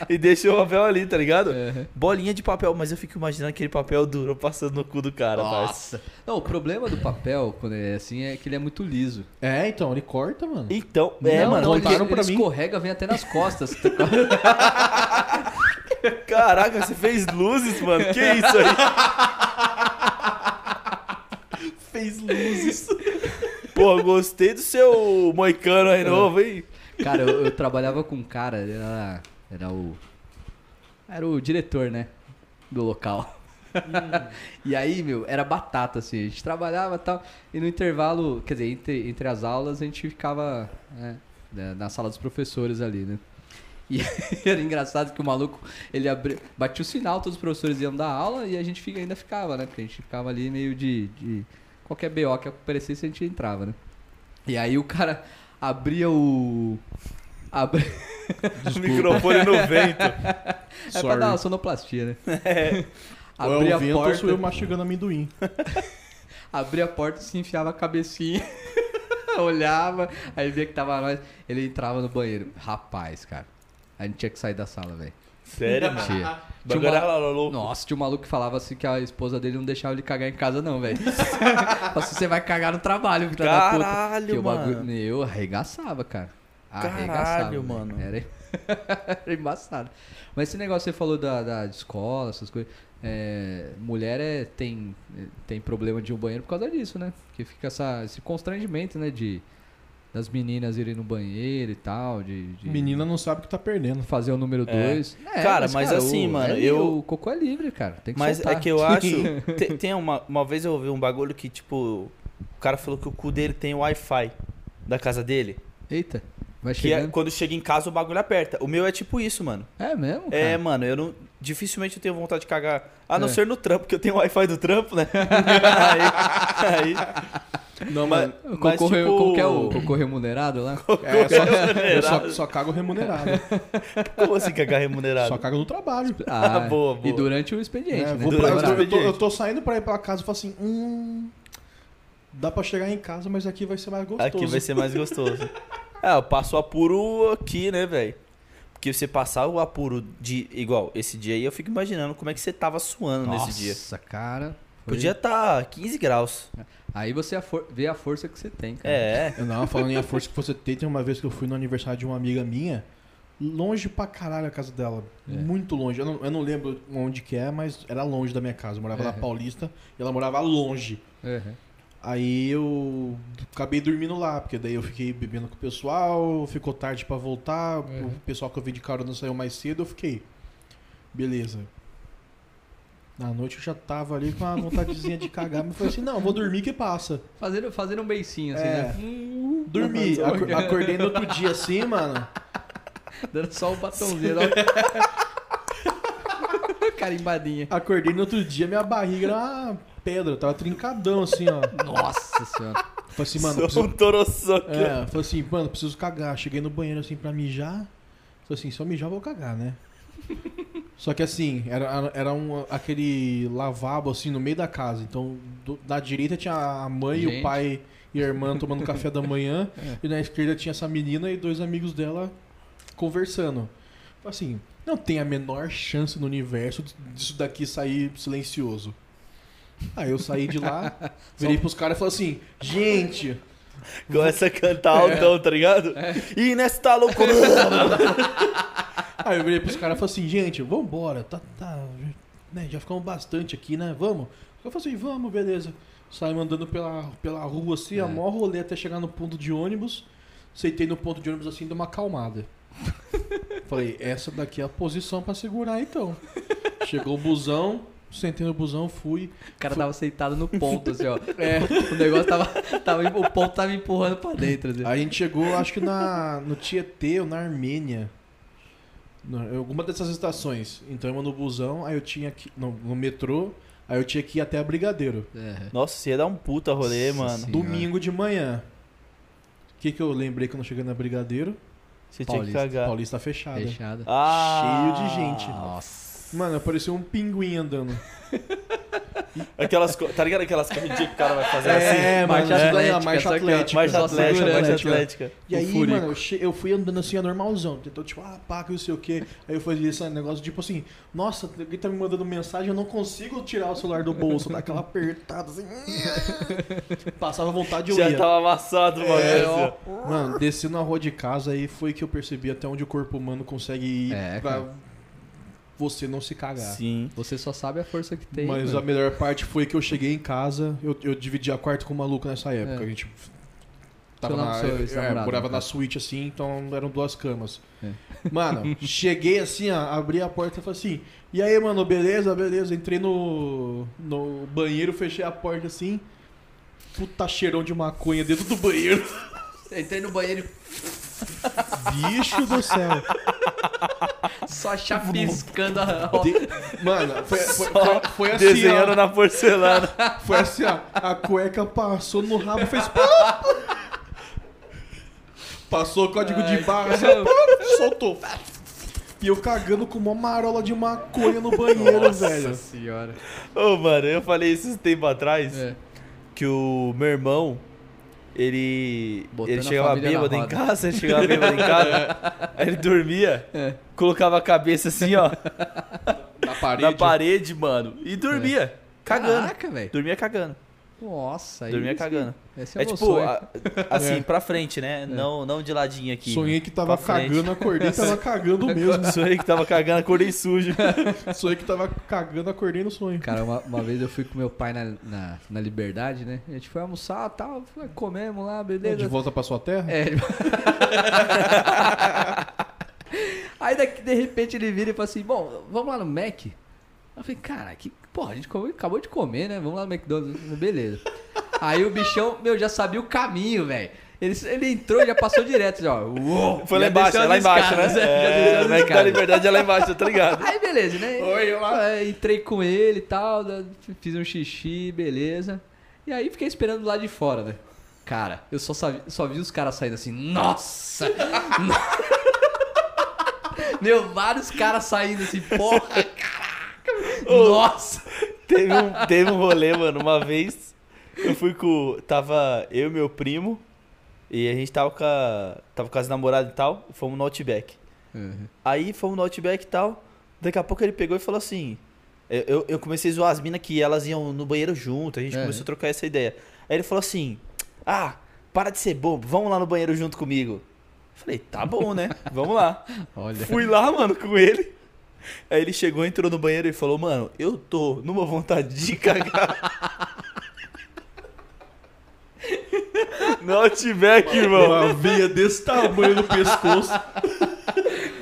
[SPEAKER 3] e deixou o papel ali, tá ligado?
[SPEAKER 2] É.
[SPEAKER 3] Bolinha de papel, mas eu fico imaginando aquele papel duro passando no cu do cara, parça.
[SPEAKER 2] Nossa. Não, o problema do papel, quando é assim, é que ele é muito liso.
[SPEAKER 1] É, então, ele corta, mano.
[SPEAKER 3] Então, é,
[SPEAKER 2] não,
[SPEAKER 3] mano,
[SPEAKER 2] não, ele,
[SPEAKER 1] contaram
[SPEAKER 2] ele
[SPEAKER 1] pra mim.
[SPEAKER 2] escorrega, vem até nas costas.
[SPEAKER 3] caraca, você fez luzes, mano, que isso aí?
[SPEAKER 1] fez luzes.
[SPEAKER 3] Pô, gostei do seu moicano
[SPEAKER 2] É.
[SPEAKER 3] aí novo, hein?
[SPEAKER 2] Cara, eu, eu trabalhava com um cara, ele era, era o. Era o diretor, né? Do local. e aí, meu, era batata, assim, a gente trabalhava e tal. E no intervalo, quer dizer, entre, entre as aulas, a gente ficava né, na- na sala dos professores ali, né? E era engraçado que o maluco, ele abri... batia o sinal, todos os professores iam dar aula e a gente fica- ainda ficava, né? Porque a gente ficava ali meio de. de... Qualquer BO que aparecesse, a gente entrava, né? E aí o cara abria o. Abri...
[SPEAKER 3] O microfone no vento.
[SPEAKER 2] É pra
[SPEAKER 1] Sorry.
[SPEAKER 2] dar uma sonoplastia, né?
[SPEAKER 1] Ou
[SPEAKER 2] Abria
[SPEAKER 1] é
[SPEAKER 2] a
[SPEAKER 1] o vento ou sou eu
[SPEAKER 2] porta,
[SPEAKER 1] mastigando amendoim.
[SPEAKER 2] abria a porta e se enfiava a cabecinha. Olhava, aí via que tava nós. Ele entrava no banheiro. Rapaz, cara. A gente tinha que sair da sala, velho.
[SPEAKER 3] Sério, mano.
[SPEAKER 2] Tinha.
[SPEAKER 3] O bagulho
[SPEAKER 2] uma-
[SPEAKER 3] era louco.
[SPEAKER 2] Nossa, tinha um maluco que falava assim que a esposa dele não deixava ele cagar em casa, não, velho. Falava assim, você vai cagar no trabalho, filho da puta.
[SPEAKER 3] Caralho,
[SPEAKER 2] Que o bagulho-
[SPEAKER 3] mano.
[SPEAKER 2] Eu arregaçava, cara.
[SPEAKER 3] Caralho,
[SPEAKER 2] Arregaçava. velho.
[SPEAKER 3] mano.
[SPEAKER 2] Era... Era embaçado. Mas esse negócio que você falou da, da de escola, essas coisas. é, mulher é, tem, tem problema de ir ao banheiro por causa disso, né? Porque fica essa, esse constrangimento, né? De, das meninas irem no banheiro e tal. De, de-
[SPEAKER 1] Menina não sabe que tá perdendo.
[SPEAKER 2] fazer o número
[SPEAKER 3] É.
[SPEAKER 2] 2.
[SPEAKER 3] Cara, mas assim, mano, eu-
[SPEAKER 2] O cocô é livre, cara. Tem que
[SPEAKER 3] Mas
[SPEAKER 2] soltar.
[SPEAKER 3] é que eu acho. tem tem uma, uma vez eu ouvi um bagulho que, tipo, o cara falou que o cu dele tem Wi-Fi da casa dele.
[SPEAKER 2] Eita, vai
[SPEAKER 3] Que é,
[SPEAKER 2] chegando.
[SPEAKER 3] quando chega em casa o bagulho aperta. O meu é tipo isso, mano.
[SPEAKER 2] É, mesmo, cara?
[SPEAKER 3] É, mano, eu não. Dificilmente eu tenho vontade de cagar. A não
[SPEAKER 2] É.
[SPEAKER 3] ser no trampo, que eu tenho Wi-Fi do trampo, né? aí.
[SPEAKER 1] Não,
[SPEAKER 3] mas-
[SPEAKER 1] mano.
[SPEAKER 2] O
[SPEAKER 3] mas,
[SPEAKER 2] cocô, re-
[SPEAKER 3] tipo-
[SPEAKER 2] qual que é o cocô remunerado lá?
[SPEAKER 1] É, só, eu
[SPEAKER 3] remunerado.
[SPEAKER 1] só, só cago remunerado.
[SPEAKER 3] Como assim cagar remunerado?
[SPEAKER 1] Só cago no trabalho.
[SPEAKER 2] Ah,
[SPEAKER 3] boa, boa.
[SPEAKER 2] E durante o expediente,
[SPEAKER 1] É,
[SPEAKER 2] né?
[SPEAKER 1] vou
[SPEAKER 3] Durante
[SPEAKER 1] pra- eu, tô- eu tô,
[SPEAKER 3] o expediente.
[SPEAKER 1] eu tô saindo pra ir pra casa e falo assim: hum. Dá pra chegar em casa, mas aqui vai ser mais gostoso.
[SPEAKER 3] É, Aqui vai ser mais gostoso. é, eu passo apuro aqui, né, velho? Porque você passar o apuro de. Igual, esse dia aí eu fico imaginando como é que você tava suando nesse dia.
[SPEAKER 2] Nossa, cara. foi-
[SPEAKER 3] Podia estar 15 graus.
[SPEAKER 2] Aí você a for- vê a força que você tem, cara.
[SPEAKER 3] É.
[SPEAKER 1] Eu não, falando em a força que você tem, tem uma vez que eu fui no aniversário de uma amiga minha, longe pra caralho a casa dela.
[SPEAKER 2] É.
[SPEAKER 1] Muito longe. Eu não, eu não lembro onde que é, mas era longe da minha casa. Eu morava na
[SPEAKER 2] É.
[SPEAKER 1] Paulista e ela morava longe.
[SPEAKER 2] Uhum.
[SPEAKER 1] Aí eu acabei dormindo lá, porque daí eu fiquei bebendo com o pessoal, ficou tarde pra voltar,
[SPEAKER 2] Uhum.
[SPEAKER 1] o pessoal que eu vi de carona saiu mais cedo, eu fiquei. Beleza. Na noite eu já tava ali com uma vontadezinha de cagar, mas eu falei assim, não, vou dormir que passa.
[SPEAKER 2] Fazendo, fazendo um beicinho, assim,
[SPEAKER 1] É.
[SPEAKER 2] né? um-
[SPEAKER 1] Dormi, acor- acordei no outro dia assim, mano.
[SPEAKER 2] Dando só um o batomzinho. um- Carimbadinha.
[SPEAKER 1] Acordei no outro dia, minha barriga era uma pedra, tava trincadão assim, ó.
[SPEAKER 2] Nossa senhora.
[SPEAKER 1] Falei assim, mano, eu
[SPEAKER 3] Sou
[SPEAKER 1] preciso...
[SPEAKER 3] um toroço aqui. ó.
[SPEAKER 1] É, falei assim, mano, preciso cagar. Cheguei no banheiro assim pra mijar. Falei assim, se eu mijar, eu vou cagar, né? Só que assim, era, era um, aquele lavabo assim no meio da casa. Então, do, da direita tinha a mãe, e
[SPEAKER 2] Gente.
[SPEAKER 1] o pai e a irmã tomando café da manhã. E na esquerda tinha essa menina e dois amigos dela conversando. Falei Assim, não tem a menor chance no universo disso daqui sair silencioso. Aí eu saí de lá, virei pros caras e falei assim, gente,
[SPEAKER 3] Começa a cantar
[SPEAKER 1] É.
[SPEAKER 3] altão, tá ligado? tá E nesta loucura.
[SPEAKER 1] Aí eu virei pros caras e falei assim, gente, vambora, tá, tá, né, já ficamos bastante aqui, né, vamos. Eu falei assim, vamos, beleza. Saí mandando pela, pela rua assim,
[SPEAKER 2] É.
[SPEAKER 1] a maior rolê até chegar no ponto de ônibus. Sentei no ponto de ônibus assim, dei uma acalmada. Falei, essa daqui é a posição pra segurar então. Chegou o busão, sentei no busão, fui.
[SPEAKER 2] O cara tava sentado no ponto, assim, ó. O negócio tava, tava. O ponto tava empurrando pra dentro. Assim.
[SPEAKER 1] Aí a gente chegou, acho que na, no Tietê ou na Armênia. Na- em alguma dessas estações. Entramos no busão, aí eu tinha que. No, no metrô, aí eu tinha que ir até a Brigadeiro.
[SPEAKER 2] É.
[SPEAKER 3] Nossa, você ia dar um puta rolê,
[SPEAKER 2] Nossa
[SPEAKER 3] mano.
[SPEAKER 2] senhora.
[SPEAKER 1] Domingo de manhã. O que, que eu lembrei quando eu cheguei na Brigadeiro?
[SPEAKER 3] Você
[SPEAKER 2] Paulista,
[SPEAKER 3] tinha que cagar.
[SPEAKER 1] Paulista fechada.
[SPEAKER 2] Fechado.
[SPEAKER 3] Ah,
[SPEAKER 1] Cheio de gente.
[SPEAKER 2] Nossa.
[SPEAKER 1] Mano, apareceu um pinguim andando.
[SPEAKER 3] Aquelas, co- tá ligado aquelas corridinhas que o cara vai fazer assim?
[SPEAKER 1] É,
[SPEAKER 2] marcha
[SPEAKER 1] marcha
[SPEAKER 2] atlética,
[SPEAKER 1] atlética, marcha
[SPEAKER 2] só que, ó,
[SPEAKER 1] atlética.
[SPEAKER 3] Mais
[SPEAKER 2] só
[SPEAKER 3] atlética,
[SPEAKER 2] segura,
[SPEAKER 3] mais
[SPEAKER 2] né,
[SPEAKER 3] atlética.
[SPEAKER 1] E
[SPEAKER 2] O
[SPEAKER 1] aí,
[SPEAKER 2] furico.
[SPEAKER 1] mano, eu, che- eu fui andando assim, normalzão. Tentou, tipo, ah, pá, que não sei o quê. Aí eu fazia esse negócio, tipo assim, nossa, alguém tá me mandando mensagem, eu não consigo tirar o celular do bolso, dá aquela apertada, assim. Passava vontade, eu
[SPEAKER 3] Já
[SPEAKER 2] tá
[SPEAKER 1] ia.
[SPEAKER 3] tava amassado, mano.
[SPEAKER 1] É,
[SPEAKER 3] assim, ó.
[SPEAKER 1] Mano, desci na rua de casa aí foi que eu percebi até onde o corpo humano consegue ir
[SPEAKER 2] É,
[SPEAKER 1] pra
[SPEAKER 2] cara.
[SPEAKER 1] você não se cagar.
[SPEAKER 3] Sim.
[SPEAKER 2] Você só sabe a força que tem.
[SPEAKER 1] Mas
[SPEAKER 2] mano.
[SPEAKER 1] a melhor parte foi que eu cheguei em casa, eu, eu dividi a quarto com o maluco nessa época.
[SPEAKER 2] É.
[SPEAKER 1] A gente tava
[SPEAKER 2] Seu
[SPEAKER 1] na,
[SPEAKER 2] nam- seu
[SPEAKER 1] é,
[SPEAKER 2] ex-namorado,
[SPEAKER 1] morava
[SPEAKER 2] no
[SPEAKER 1] na
[SPEAKER 2] caso.
[SPEAKER 1] suíte assim, então eram duas camas.
[SPEAKER 2] É.
[SPEAKER 1] Mano, cheguei assim, ó, abri a porta e falei assim: e aí, mano, beleza, beleza. Entrei no, no banheiro, fechei a porta assim. Puta cheirão de maconha dentro do banheiro.
[SPEAKER 2] Entrei no banheiro
[SPEAKER 1] Bicho do céu.
[SPEAKER 2] só chapiscando a
[SPEAKER 1] De- Mano, foi, foi, foi, foi assim.
[SPEAKER 3] Desenhando
[SPEAKER 1] ó.
[SPEAKER 3] na porcelana.
[SPEAKER 1] Foi assim, ó. A cueca passou no rabo e fez. passou o código de barra, assim, ó, soltou. E eu cagando com uma marola de maconha no banheiro, velho.
[SPEAKER 2] senhora.
[SPEAKER 3] Ô, mano, eu falei isso um tempo atrás.
[SPEAKER 2] É.
[SPEAKER 3] que o meu irmão, ele.
[SPEAKER 2] Botando
[SPEAKER 3] ele
[SPEAKER 2] a
[SPEAKER 3] chegava
[SPEAKER 2] família na
[SPEAKER 3] bêbado em
[SPEAKER 2] roda.
[SPEAKER 3] casa, ele chegava bêbado em casa, aí ele dormia,
[SPEAKER 2] É.
[SPEAKER 3] colocava a cabeça assim, ó,
[SPEAKER 1] Na parede.
[SPEAKER 3] na parede, mano, e dormia, cagando.
[SPEAKER 2] Caraca, velho.
[SPEAKER 3] Dormia cagando,
[SPEAKER 2] Nossa, aí.
[SPEAKER 3] dormia cagando.
[SPEAKER 2] Esse é,
[SPEAKER 3] É
[SPEAKER 2] o meu
[SPEAKER 3] tipo,
[SPEAKER 2] sonho.
[SPEAKER 3] a- assim,
[SPEAKER 2] É.
[SPEAKER 3] pra frente, né? Não, não de ladinho aqui.
[SPEAKER 1] Sonhei que tava
[SPEAKER 3] Pra frente.
[SPEAKER 1] cagando, acordei tava cagando mesmo.
[SPEAKER 3] Sonhei que tava cagando, acordei sujo.
[SPEAKER 1] Sonhei que tava cagando, acordei no sonho.
[SPEAKER 2] Cara, uma, uma vez eu fui com meu pai na, na, na Liberdade, né? A gente foi almoçar e tal, foi- comemos lá,
[SPEAKER 1] De
[SPEAKER 2] beleza.
[SPEAKER 1] volta pra sua terra?
[SPEAKER 2] É. Aí daqui, de repente ele vira e fala assim, bom, vamos lá no Mac? Eu falei, cara, que porra, a gente come- acabou de comer, né? Vamos lá no McDonald's, beleza. Aí o bichão, meu, já sabia o caminho, velho. Ele, ele entrou e já passou direto, já, ó. Uou,
[SPEAKER 3] Foi lá
[SPEAKER 2] Já
[SPEAKER 3] embaixo,
[SPEAKER 2] desceu
[SPEAKER 3] é lá
[SPEAKER 2] as
[SPEAKER 3] embaixo,
[SPEAKER 2] escadas,
[SPEAKER 3] né?
[SPEAKER 2] é, já desceu as
[SPEAKER 3] É, né, que na
[SPEAKER 2] escadas.
[SPEAKER 3] liberdade é lá embaixo, tá ligado?
[SPEAKER 2] Aí beleza, né?
[SPEAKER 1] Oi, olá.
[SPEAKER 2] É, Entrei com ele e tal, da- fiz um xixi, beleza. E aí fiquei esperando lá de fora, né? Cara, eu só, sabe- só vi os caras saindo assim, nossa! No- Meu, vários caras saindo assim, porra, caraca! Nossa!
[SPEAKER 3] Teve um, teve um rolê, mano, uma vez. Eu fui com. Tava eu e meu primo. E a gente tava com a. Tava com as namoradas e tal. E fomos no Outback. Aí fomos no Outback e tal. Daqui a pouco ele pegou e falou assim. eu- Eu, eu comecei a zoar as minas que elas iam no banheiro junto, a gente
[SPEAKER 2] É.
[SPEAKER 3] começou a trocar essa ideia. Aí ele falou assim: Ah, para de ser bobo, vamos lá no banheiro junto comigo. Eu Falei, tá bom, né? Vamos lá.
[SPEAKER 2] Olha.
[SPEAKER 3] Fui lá, mano, com ele. Aí ele chegou, entrou no banheiro e falou, mano, eu tô numa vontade de cagar. No Outback, irmão.
[SPEAKER 1] Uma veia desse tamanho no pescoço.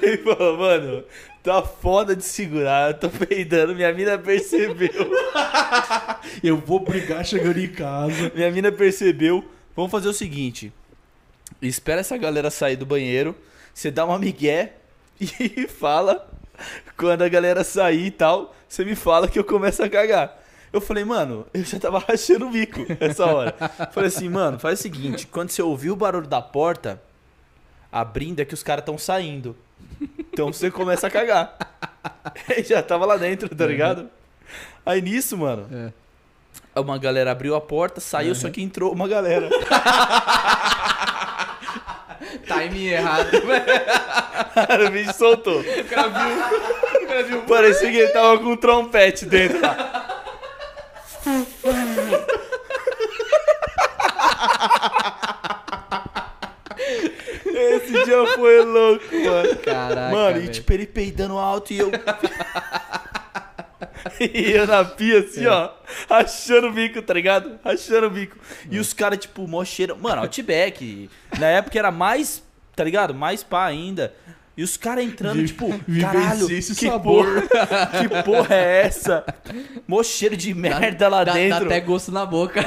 [SPEAKER 3] Ele falou, mano, tá foda de segurar, eu tô peidando, minha mina percebeu.
[SPEAKER 1] Eu vou brigar chegando em casa.
[SPEAKER 3] Minha mina percebeu. Vamos fazer o seguinte: espera essa galera sair do banheiro, você dá uma migué e fala. Quando a galera sair e tal, você me fala que eu começo a cagar. Eu falei, mano, eu já tava rachando o bico essa hora. falei assim, mano, faz o seguinte: quando você ouvir o barulho da porta abrindo, é que os caras tão saindo. Então você começa a cagar. Ele já tava lá dentro, tá ligado? Aí nisso, mano,
[SPEAKER 2] É.
[SPEAKER 3] uma galera abriu a porta, saiu, só que entrou uma galera.
[SPEAKER 2] Timing errado.
[SPEAKER 3] Cara, o bicho soltou.
[SPEAKER 2] O cara
[SPEAKER 1] um,
[SPEAKER 2] viu. O cara viu.
[SPEAKER 3] Parecia que ele tava com um trompete dentro lá. Esse dia foi louco, mano.
[SPEAKER 2] Caraca.
[SPEAKER 3] mano, e
[SPEAKER 2] velho.
[SPEAKER 3] tipo, ele peidando alto e eu. e eu na pia, assim, ó. Achando o bico, tá ligado? Achando o bico. E os caras, tipo, mó cheiro. Mano, Outback. na época era mais, tá ligado? Mais pá ainda. E os caras entrando,
[SPEAKER 1] Vi-
[SPEAKER 3] tipo,
[SPEAKER 1] vivenciei
[SPEAKER 3] caralho,
[SPEAKER 1] esse
[SPEAKER 3] que
[SPEAKER 1] sabor."
[SPEAKER 3] porra, que porra é essa? Mó cheiro de merda lá
[SPEAKER 2] dá,
[SPEAKER 3] dentro.
[SPEAKER 2] Dá até gosto na boca.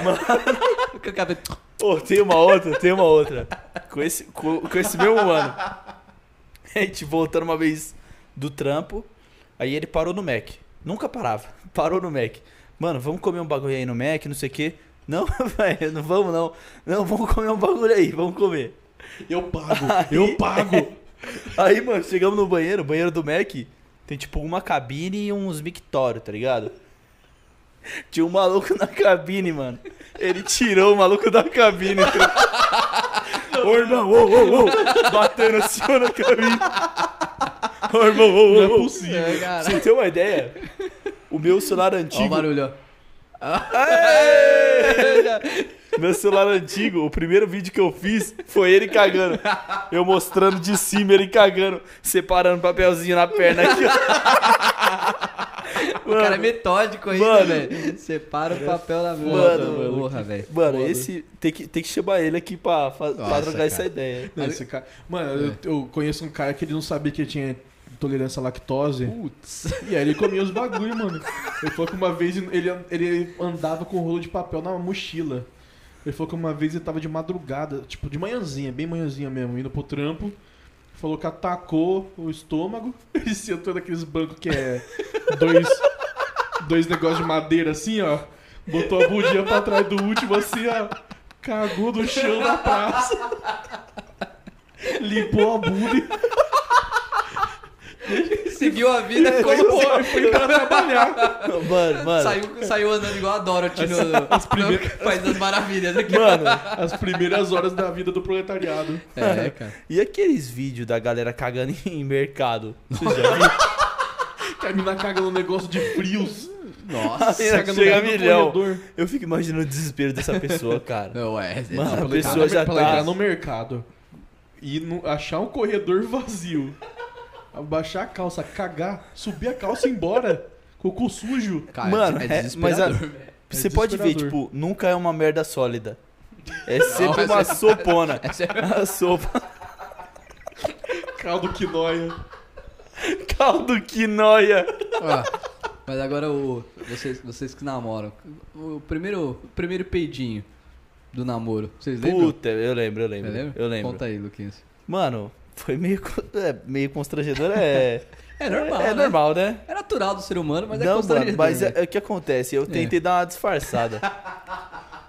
[SPEAKER 2] Fica o cabelo-
[SPEAKER 3] Pô, tem uma outra, tem uma outra. Com esse, com, com esse mesmo ano. A gente voltando uma vez do trampo. Aí ele parou no Mac. Nunca parava. Parou no Mac. Mano, vamos comer um bagulho aí no Mac, não sei o quê. Não, velho, não vamos não. Não, vamos comer um bagulho aí, vamos comer.
[SPEAKER 1] Eu pago, eu pago.
[SPEAKER 3] Aí, mano, chegamos no banheiro, banheiro do Mac. Tem tipo uma cabine e uns mictório, tá ligado? Tinha um maluco na cabine, mano. Ele tirou o maluco da cabine. tá Ô, irmão, ô, ô, ô. Batendo assim ó, na cabine. Ô, irmão, ô,
[SPEAKER 1] Não é
[SPEAKER 3] ô, ô.
[SPEAKER 1] possível.
[SPEAKER 2] É, cara.
[SPEAKER 3] Você tem uma ideia? O meu celular
[SPEAKER 2] Ó o
[SPEAKER 3] antigo.
[SPEAKER 2] barulho, ó.
[SPEAKER 3] Aê! Meu celular antigo, o primeiro vídeo que eu fiz foi ele cagando. Eu mostrando de cima ele cagando, separando papelzinho na perna aqui. ó.
[SPEAKER 2] O cara é
[SPEAKER 3] Mano,
[SPEAKER 2] metódico ainda,
[SPEAKER 3] Mano.
[SPEAKER 2] velho. Separa o papel na mão.
[SPEAKER 3] Mano.
[SPEAKER 2] Porra, velho.
[SPEAKER 3] mano, esse tem que, tem que chamar ele aqui pra, fa- pra
[SPEAKER 2] Nossa,
[SPEAKER 3] trocar
[SPEAKER 2] cara.
[SPEAKER 3] essa ideia.
[SPEAKER 1] Não, esse cara... Mano, eu, eu conheço um cara que ele não sabia que ele tinha intolerância à lactose.
[SPEAKER 2] Putz.
[SPEAKER 1] E aí ele comia os bagulho, mano. Ele falou que uma vez ele, ele andava com um rolo de papel na mochila. Ele falou que uma vez ele tava de madrugada, tipo, de manhãzinha, bem manhãzinha mesmo, indo pro trampo. Falou que atacou o estômago e sentou naqueles bancos que é dois, dois negócios de madeira assim, ó. Botou a bundinha pra trás do último assim, ó. Cagou no chão da praça. Limpou a bunda e
[SPEAKER 2] Seguiu a vida como
[SPEAKER 1] foi, foi pra trabalhar.
[SPEAKER 3] Mano, mano.
[SPEAKER 2] Saiu, saiu andando igual a Dorothy no, no País das Maravilhas aqui.
[SPEAKER 3] Mano,
[SPEAKER 1] As primeiras horas da vida do proletariado.
[SPEAKER 2] É, cara.
[SPEAKER 3] e aqueles vídeos da galera cagando em mercado? Você já viu?
[SPEAKER 1] Terminar cagando um negócio de frios.
[SPEAKER 2] Nossa.
[SPEAKER 3] Chega
[SPEAKER 1] Caga no
[SPEAKER 3] a
[SPEAKER 1] meio do
[SPEAKER 3] milhão.
[SPEAKER 1] corredor.
[SPEAKER 3] Eu fico imaginando o desespero dessa pessoa, cara.
[SPEAKER 2] Não, é. é
[SPEAKER 3] Mano,
[SPEAKER 2] complicado.
[SPEAKER 3] a pessoa já
[SPEAKER 1] Pra
[SPEAKER 3] tá.
[SPEAKER 1] entrar no mercado e no- achar um corredor vazio, abaixar a calça, cagar, subir a calça e ir embora. Com o cu sujo.
[SPEAKER 2] Cara,
[SPEAKER 3] Mano,
[SPEAKER 2] é
[SPEAKER 3] é- mas a-
[SPEAKER 2] desesperador, velho.
[SPEAKER 3] Você pode ver,
[SPEAKER 1] desesperador.
[SPEAKER 3] tipo, nunca é uma merda sólida. É sempre
[SPEAKER 2] Nossa.
[SPEAKER 3] uma sopona.
[SPEAKER 2] Essa é
[SPEAKER 3] A sopa.
[SPEAKER 1] Caldo quinóia.
[SPEAKER 3] Caldo que noia.
[SPEAKER 2] Ó, mas agora o. Vocês, vocês que namoram. O primeiro, o primeiro peidinho do namoro. Vocês lembram?
[SPEAKER 3] Puta, eu lembro, eu lembro.
[SPEAKER 2] Você lembra?
[SPEAKER 3] Eu lembro.
[SPEAKER 2] Conta aí, Luquinhas.
[SPEAKER 3] Mano, foi meio, con- é, meio constrangedor. É,
[SPEAKER 2] É normal.
[SPEAKER 3] é
[SPEAKER 2] né?
[SPEAKER 3] normal, né?
[SPEAKER 2] É natural do ser humano, mas é
[SPEAKER 3] Não, mano,
[SPEAKER 2] constrangedor.
[SPEAKER 3] mas
[SPEAKER 2] né?
[SPEAKER 3] é, é o que acontece. Eu tentei dar uma disfarçada.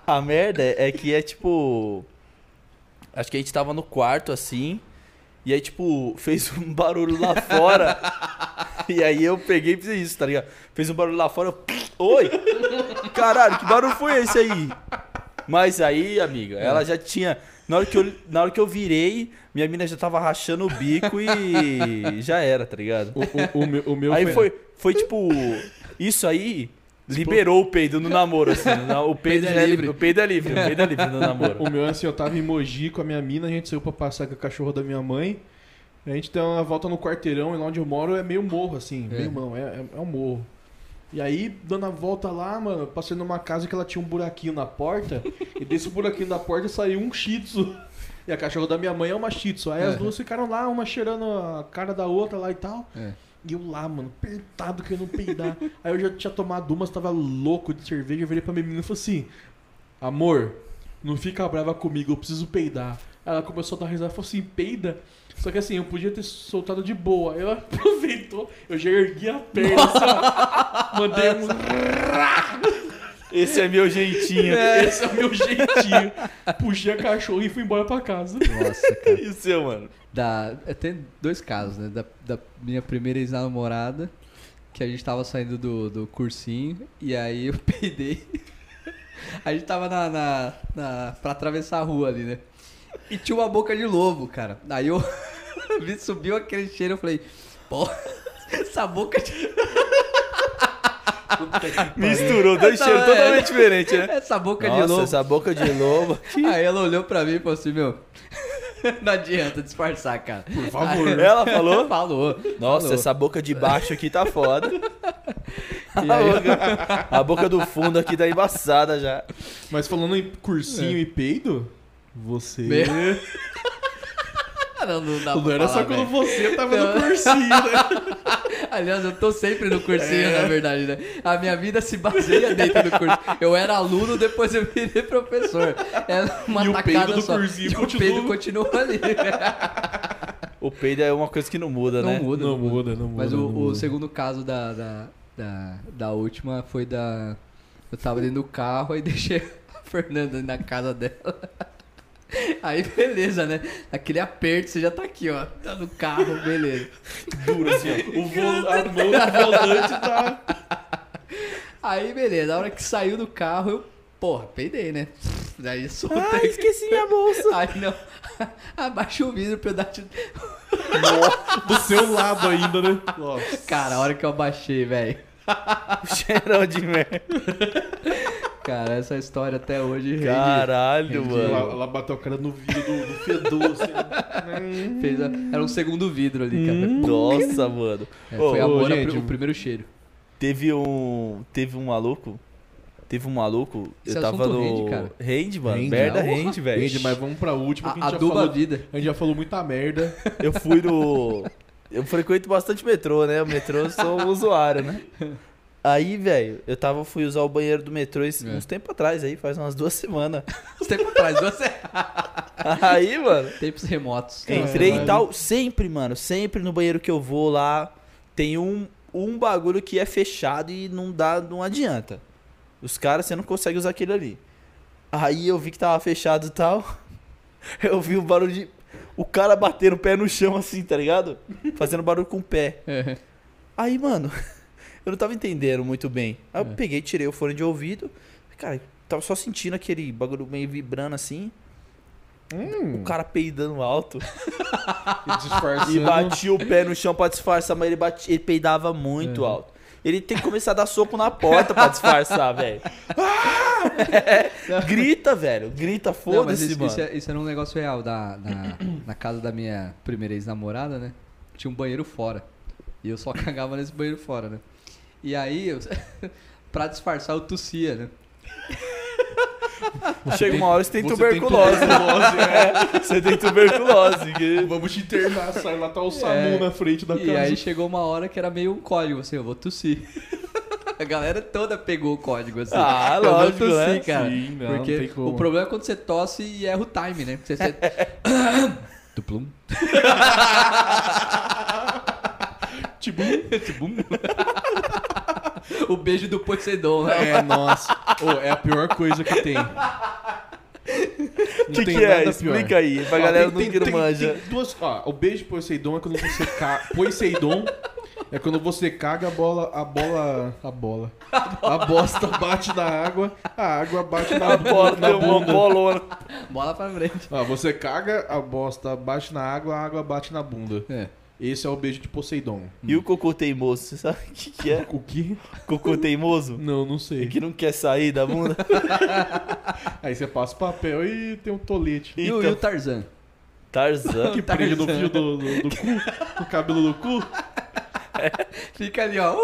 [SPEAKER 3] a merda é que é tipo. Acho que a gente tava no quarto assim. E aí, tipo, fez um barulho lá fora. e aí eu peguei e fiz isso, tá ligado? Fez um barulho lá fora. Eu... Oi!
[SPEAKER 2] É.
[SPEAKER 3] Caralho, que barulho foi esse aí? Mas aí, amiga, ela já tinha. Na hora, que eu, na hora que eu virei, minha mina já tava rachando o bico e já era, tá ligado?
[SPEAKER 1] O, o- o meu, o meu
[SPEAKER 3] aí foi, foi tipo. Isso aí liberou o peido no namoro, assim. na- O
[SPEAKER 2] Peido
[SPEAKER 3] peido,
[SPEAKER 2] é
[SPEAKER 3] já é
[SPEAKER 2] livre.
[SPEAKER 3] livre. O peido é livre, o peido é livre no namoro.
[SPEAKER 1] O meu é assim, eu tava em Mogi com a minha mina, a gente saiu pra passar com a cachorra da minha mãe. A gente deu uma volta no quarteirão e lá onde eu moro é meio morro, assim,
[SPEAKER 2] É.
[SPEAKER 1] meio mão, é, é, é um morro. E aí, dando a volta lá, mano, passei numa casa que ela tinha um buraquinho na porta, e desse buraquinho da porta saiu um shih tzu. E a cachorra da minha mãe é uma shih tzu. Aí as
[SPEAKER 2] Uhum.
[SPEAKER 1] duas ficaram lá, uma cheirando a cara da outra lá e tal.
[SPEAKER 2] É.
[SPEAKER 1] E eu lá, mano, apertado, querendo peidar. Aí eu já tinha tomado umas, tava louco de cerveja. Eu virei pra minha menina e falei assim: Amor, não fica brava comigo, eu preciso peidar. Ela começou a dar risada e falou assim: Peida? Só que assim, eu podia ter soltado de boa. Ela aproveitou, eu já ergui a perna, assim, ó. Mandei um.
[SPEAKER 3] Esse é meu jeitinho.
[SPEAKER 1] Esse é o meu jeitinho. Puxei a cachorra e fui embora pra casa.
[SPEAKER 3] é-
[SPEAKER 2] Nossa, cara.
[SPEAKER 3] E o seu, mano?
[SPEAKER 2] Da, é, tem dois casos, né? Da, da minha primeira ex-namorada, que a gente tava saindo do, do cursinho, e aí eu peidei. A gente tava na, na, na. pra atravessar a rua ali, né? E tinha uma boca de lobo, cara. Aí eu. me subiu aquele cheiro, eu falei, pô, essa boca de.
[SPEAKER 3] Misturou dois
[SPEAKER 2] Essa-
[SPEAKER 3] cheiros
[SPEAKER 2] é.
[SPEAKER 3] totalmente diferentes, né?
[SPEAKER 2] Essa boca de
[SPEAKER 3] Nossa,
[SPEAKER 2] lobo.
[SPEAKER 3] essa Tá boca de lobo.
[SPEAKER 2] Aí ela olhou pra mim e falou assim, meu. Não adianta disfarçar, cara.
[SPEAKER 1] Por favor.
[SPEAKER 3] Ela falou?
[SPEAKER 2] Falou.
[SPEAKER 3] Nossa,
[SPEAKER 2] falou.
[SPEAKER 3] essa boca de baixo aqui tá foda. A
[SPEAKER 2] E aí-
[SPEAKER 3] boca, a boca do fundo aqui tá embaçada já.
[SPEAKER 1] Mas falando em cursinho e peido, você.
[SPEAKER 2] Meu- Ah, Não, não dá pra
[SPEAKER 1] Não era
[SPEAKER 2] falar,
[SPEAKER 1] só quando
[SPEAKER 2] velho.
[SPEAKER 1] você tava
[SPEAKER 2] Não.
[SPEAKER 1] no cursinho, né?
[SPEAKER 2] Aliás, eu tô sempre no cursinho,
[SPEAKER 1] É.
[SPEAKER 2] na verdade, né? A minha vida se baseia dentro do curso. Eu era aluno, depois eu virei professor. É uma
[SPEAKER 1] E o
[SPEAKER 2] tacada
[SPEAKER 1] peido do
[SPEAKER 2] só.
[SPEAKER 1] cursinho
[SPEAKER 2] e
[SPEAKER 1] continua-
[SPEAKER 2] o peido continua ali.
[SPEAKER 3] O peido é uma coisa que não muda,
[SPEAKER 2] Não
[SPEAKER 3] né?
[SPEAKER 2] muda, não muda.
[SPEAKER 1] não
[SPEAKER 2] Mas o,
[SPEAKER 1] não
[SPEAKER 2] o
[SPEAKER 1] muda.
[SPEAKER 2] segundo caso da, da, da, da última foi da. Eu tava dentro do carro e deixei a Fernanda na casa dela. Aí beleza, né? Aquele aperto, você já tá aqui, ó. Tá no carro, beleza.
[SPEAKER 1] duro, assim, ó. O vo- a mão do volante tá.
[SPEAKER 2] Aí, beleza, a hora que saiu do carro, eu, porra, peidei, né? Daí soltei.
[SPEAKER 3] Ah, esqueci minha bolsa.
[SPEAKER 2] Aí não. Abaixa o vidro pra eu dar. tiro.
[SPEAKER 1] Do seu lado ainda, né? Nossa.
[SPEAKER 2] Cara, a hora que eu abaixei, velho.
[SPEAKER 3] Cheirão de merda.
[SPEAKER 2] Cara, essa história até hoje rende.
[SPEAKER 3] Caralho,
[SPEAKER 1] Ela,
[SPEAKER 3] mano.
[SPEAKER 1] ela bateu a cara no vidro do, do fedor, assim.
[SPEAKER 2] Fez a- Era um segundo vidro ali, cara.
[SPEAKER 3] Nossa, mano.
[SPEAKER 2] É,
[SPEAKER 3] Ô,
[SPEAKER 2] foi a
[SPEAKER 1] Hum. ô,
[SPEAKER 2] Mora
[SPEAKER 1] gente,
[SPEAKER 2] pr- o primeiro cheiro.
[SPEAKER 3] Teve um. Teve um maluco. Teve um maluco.
[SPEAKER 2] Esse
[SPEAKER 3] eu tava
[SPEAKER 2] é assunto
[SPEAKER 3] no.
[SPEAKER 2] rende, cara.
[SPEAKER 3] Rende, mano.
[SPEAKER 1] Rende,
[SPEAKER 3] merda
[SPEAKER 2] né?
[SPEAKER 3] rende, velho.
[SPEAKER 1] Entende? Mas vamos pra última tipo que a gente
[SPEAKER 2] A,
[SPEAKER 1] já
[SPEAKER 2] aduba a
[SPEAKER 1] falou.
[SPEAKER 2] vida.
[SPEAKER 1] A gente já falou muita merda.
[SPEAKER 3] Eu fui no. Eu frequento bastante metrô, né? O metrô eu sou um usuário, né? Aí, velho, eu tava, fui usar o banheiro do metrô esse-
[SPEAKER 2] É.
[SPEAKER 3] uns tempo atrás aí, faz umas duas semanas.
[SPEAKER 2] Uns tempos atrás, você.
[SPEAKER 3] Aí, mano,
[SPEAKER 2] Tempos remotos.
[SPEAKER 1] É,
[SPEAKER 3] entrei
[SPEAKER 1] mano.
[SPEAKER 3] e tal. Sempre, mano, sempre no banheiro que eu vou lá, tem um, um bagulho que é fechado e não dá, não adianta. Os caras, você não consegue usar aquele ali. Aí eu vi que tava fechado e tal. Eu vi o barulho de. O cara batendo o pé no chão assim, tá ligado? Fazendo barulho com o pé.
[SPEAKER 2] É.
[SPEAKER 3] Aí, mano, eu não tava entendendo muito bem. Aí eu
[SPEAKER 2] É.
[SPEAKER 3] peguei, tirei o fone de ouvido. Cara, tava só sentindo aquele bagulho meio vibrando assim.
[SPEAKER 1] Hum,
[SPEAKER 3] O cara peidando alto.
[SPEAKER 1] e disfarçando.
[SPEAKER 3] E batia o pé no chão pra disfarçar, mas ele, bati- ele peidava muito
[SPEAKER 2] É.
[SPEAKER 3] alto. Ele tem que começar a dar soco na porta pra disfarçar, velho. É, grita, velho. Grita,
[SPEAKER 2] Não, mas
[SPEAKER 3] foda-se,
[SPEAKER 2] isso,
[SPEAKER 3] mano.
[SPEAKER 2] isso, é- isso era um negócio real. Da, na, na casa da minha primeira ex-namorada, né? Tinha um banheiro fora. E eu só cagava nesse banheiro fora, né? E aí, eu, pra disfarçar, eu tossia, né?
[SPEAKER 3] Chega uma hora você tem
[SPEAKER 1] Você
[SPEAKER 3] tuberculose.
[SPEAKER 1] tuberculose, é.
[SPEAKER 3] Você tem tuberculose. que-
[SPEAKER 1] Vamos te internar, sai lá, tá o Samu
[SPEAKER 2] É.
[SPEAKER 1] na frente da
[SPEAKER 2] e
[SPEAKER 1] casa.
[SPEAKER 2] aí chegou uma hora que era meio um código, assim, eu vou tossir. A galera toda pegou o código, assim.
[SPEAKER 3] Ah,
[SPEAKER 2] eu vou
[SPEAKER 3] lógico,
[SPEAKER 2] tossir,
[SPEAKER 3] né?
[SPEAKER 2] cara.
[SPEAKER 1] Sim, não, não
[SPEAKER 2] porque
[SPEAKER 1] tem como.
[SPEAKER 2] o problema é quando você tosse e erra o time, né? Porque você... Tuplum.
[SPEAKER 1] Tipo,
[SPEAKER 2] Tibum. o beijo do Poseidon, né?
[SPEAKER 1] é, nossa. Ô, é a pior coisa que tem.
[SPEAKER 3] O
[SPEAKER 1] Não
[SPEAKER 3] que,
[SPEAKER 1] tem
[SPEAKER 3] que
[SPEAKER 1] nada
[SPEAKER 3] é?
[SPEAKER 1] pior.
[SPEAKER 3] Explica aí, pra galera
[SPEAKER 1] Ó, tem-
[SPEAKER 3] não que não
[SPEAKER 1] tem-
[SPEAKER 3] manja.
[SPEAKER 1] tem duas, ó, o beijo de Poseidon é quando você ca... Poseidon É quando você caga, a bola. A bola. A bola. A bosta bate na água, a um água bate na,
[SPEAKER 3] A bola
[SPEAKER 1] na
[SPEAKER 3] deu uma
[SPEAKER 1] bunda.
[SPEAKER 3] bolona.
[SPEAKER 2] Bola pra frente.
[SPEAKER 1] Ah, você caga, a bosta bate na água, a água bate na bunda.
[SPEAKER 2] É.
[SPEAKER 1] Esse é o beijo de Poseidon.
[SPEAKER 3] E o cocô teimoso, você sabe o que, que é?
[SPEAKER 1] O que?
[SPEAKER 3] Cocô teimoso?
[SPEAKER 1] Não, não
[SPEAKER 3] É
[SPEAKER 1] sei.
[SPEAKER 3] que não quer sair da bunda?
[SPEAKER 1] Aí você passa o papel e tem um tolete.
[SPEAKER 2] E, o, e o Tarzan?
[SPEAKER 3] Tarzan.
[SPEAKER 1] Que prende no fio do, do, do cu, no cabelo do cu.
[SPEAKER 2] Fica ali, ó. Uh!